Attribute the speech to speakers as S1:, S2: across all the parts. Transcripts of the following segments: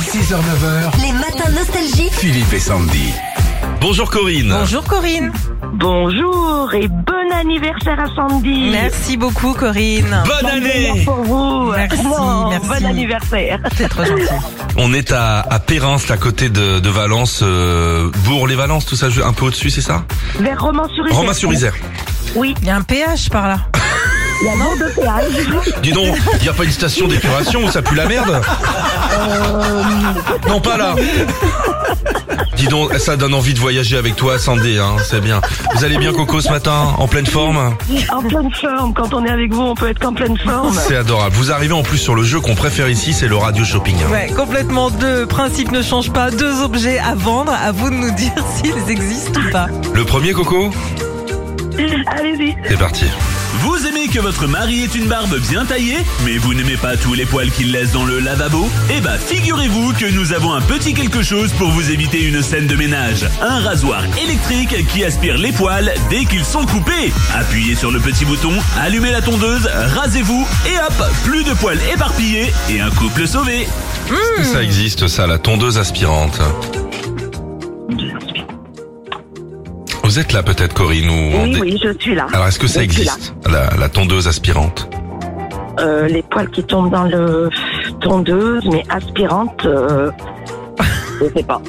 S1: 6h, 9h,
S2: Les matins nostalgiques.
S1: Philippe et Sandy.
S3: Bonjour Corinne.
S4: Bonjour Corinne.
S5: Bonjour et bon anniversaire à Sandy.
S4: Merci beaucoup Corinne.
S3: Bonne
S5: Bonne
S3: année.
S5: année pour vous.
S4: Merci,
S5: Vraiment,
S4: merci.
S5: Bon anniversaire.
S4: C'est trop gentil.
S3: On est à, à Perrins, à côté de, de Valence, euh, Bourg-les-Valences, tout ça, un peu au-dessus, c'est ça
S5: Vers Romans-sur-Isère.
S3: Romans-sur-Isère.
S5: Oui,
S4: Il y a un péage par là.
S5: il y a mort de péage.
S3: Dis donc, y a pas une station d'épuration où ça pue la merde Non, pas là. Dis donc, ça donne envie de voyager avec toi, Sandy, hein, c'est bien. Vous allez bien, Coco, ce matin En pleine forme
S5: en pleine forme. Quand on est avec vous, on peut être qu'en pleine forme.
S3: C'est adorable. Vous arrivez en plus sur le jeu qu'on préfère ici, c'est le radio shopping. hein.
S4: Ouais, complètement deux principes ne changent pas, deux objets à vendre, à vous de nous dire s'ils existent ou pas.
S3: Le premier, Coco
S5: Allez-y.
S3: C'est parti.
S6: Vous aimez que votre mari ait une barbe bien taillée, mais vous n'aimez pas tous les poils qu'il laisse dans le lavabo Eh bah figurez-vous que nous avons un petit quelque chose pour vous éviter une scène de ménage. Un rasoir électrique qui aspire les poils dès qu'ils sont coupés. Appuyez sur le petit bouton, allumez la tondeuse, rasez-vous et hop, plus de poils éparpillés et un couple sauvé.
S3: Est-ce
S5: Hmm.
S3: que ça existe, ça, la tondeuse aspirante Vous êtes là peut-être, Corinne ou on
S5: Oui,
S3: dé-
S5: oui, je suis là.
S3: Alors est-ce que ça
S5: Je suis
S3: existe, la, la tondeuse aspirante
S5: Euh, les poils qui tombent dans le tondeuse, mais aspirante, euh, je sais pas.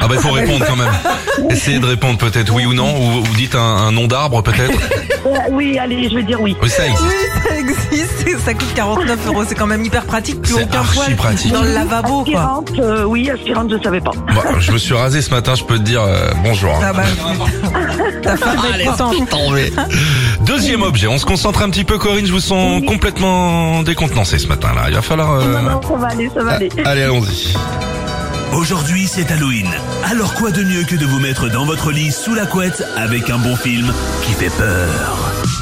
S3: Ah bah il faut répondre quand même. Essayez de répondre peut-être oui ou non, ou vous dites un, un nom d'arbre peut-être.
S5: Euh, oui, allez, je vais dire oui.
S3: Oui, ça
S4: Oui,
S3: existe.
S4: ça existe, et ça coûte 49 euros, c'est quand même hyper pratique, plus
S3: C'est
S4: aucun
S3: archi
S4: poil
S3: pratique.
S4: dans le lavabo quoi.
S5: Aspirante, euh, oui, aspirante, je savais pas.
S3: Bon, je me suis rasé ce matin, je peux te dire euh, bonjour. hein.
S4: Ah bah, ta femme va être contente.
S3: Deuxième objet, on se concentre un petit peu Corinne, je vous sens complètement décontenancé ce matin là. Il va falloir... euh,
S5: Non, non, ça va aller, ça va aller.
S3: Allez, allons-y.
S6: Aujourd'hui, c'est Halloween. Alors quoi de mieux que de vous mettre dans votre lit sous la couette avec un bon film qui fait peur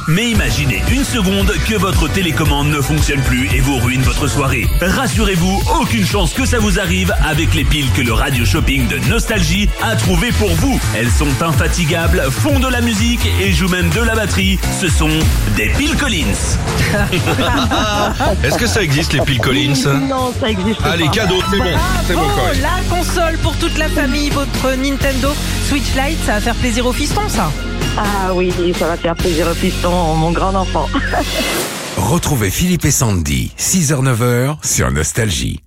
S6: Mais imaginez une seconde que votre télécommande ne fonctionne plus et vous ruine votre soirée. Rassurez-vous, aucune chance que ça vous arrive avec les piles que le radio shopping de Nostalgie a trouvées pour vous. Elles sont infatigables, font de la musique et jouent même de la batterie. Ce sont des piles Collins.
S3: Est-ce que ça existe les piles Collins
S5: Non, ça existe
S3: Allez,
S5: pas.
S3: cadeau, Ah, c'est bon, c'est bon
S4: Bravo,
S3: Corinne.
S4: Oh, la console pour toute la famille, votre Nintendo Switch Lite, ça va faire plaisir aux fistons ça.
S5: Ah oui, ça va faire plaisir au piston, mon grand enfant.
S1: Retrouvez Philippe et Sandy, 6h, 9h sur Nostalgie.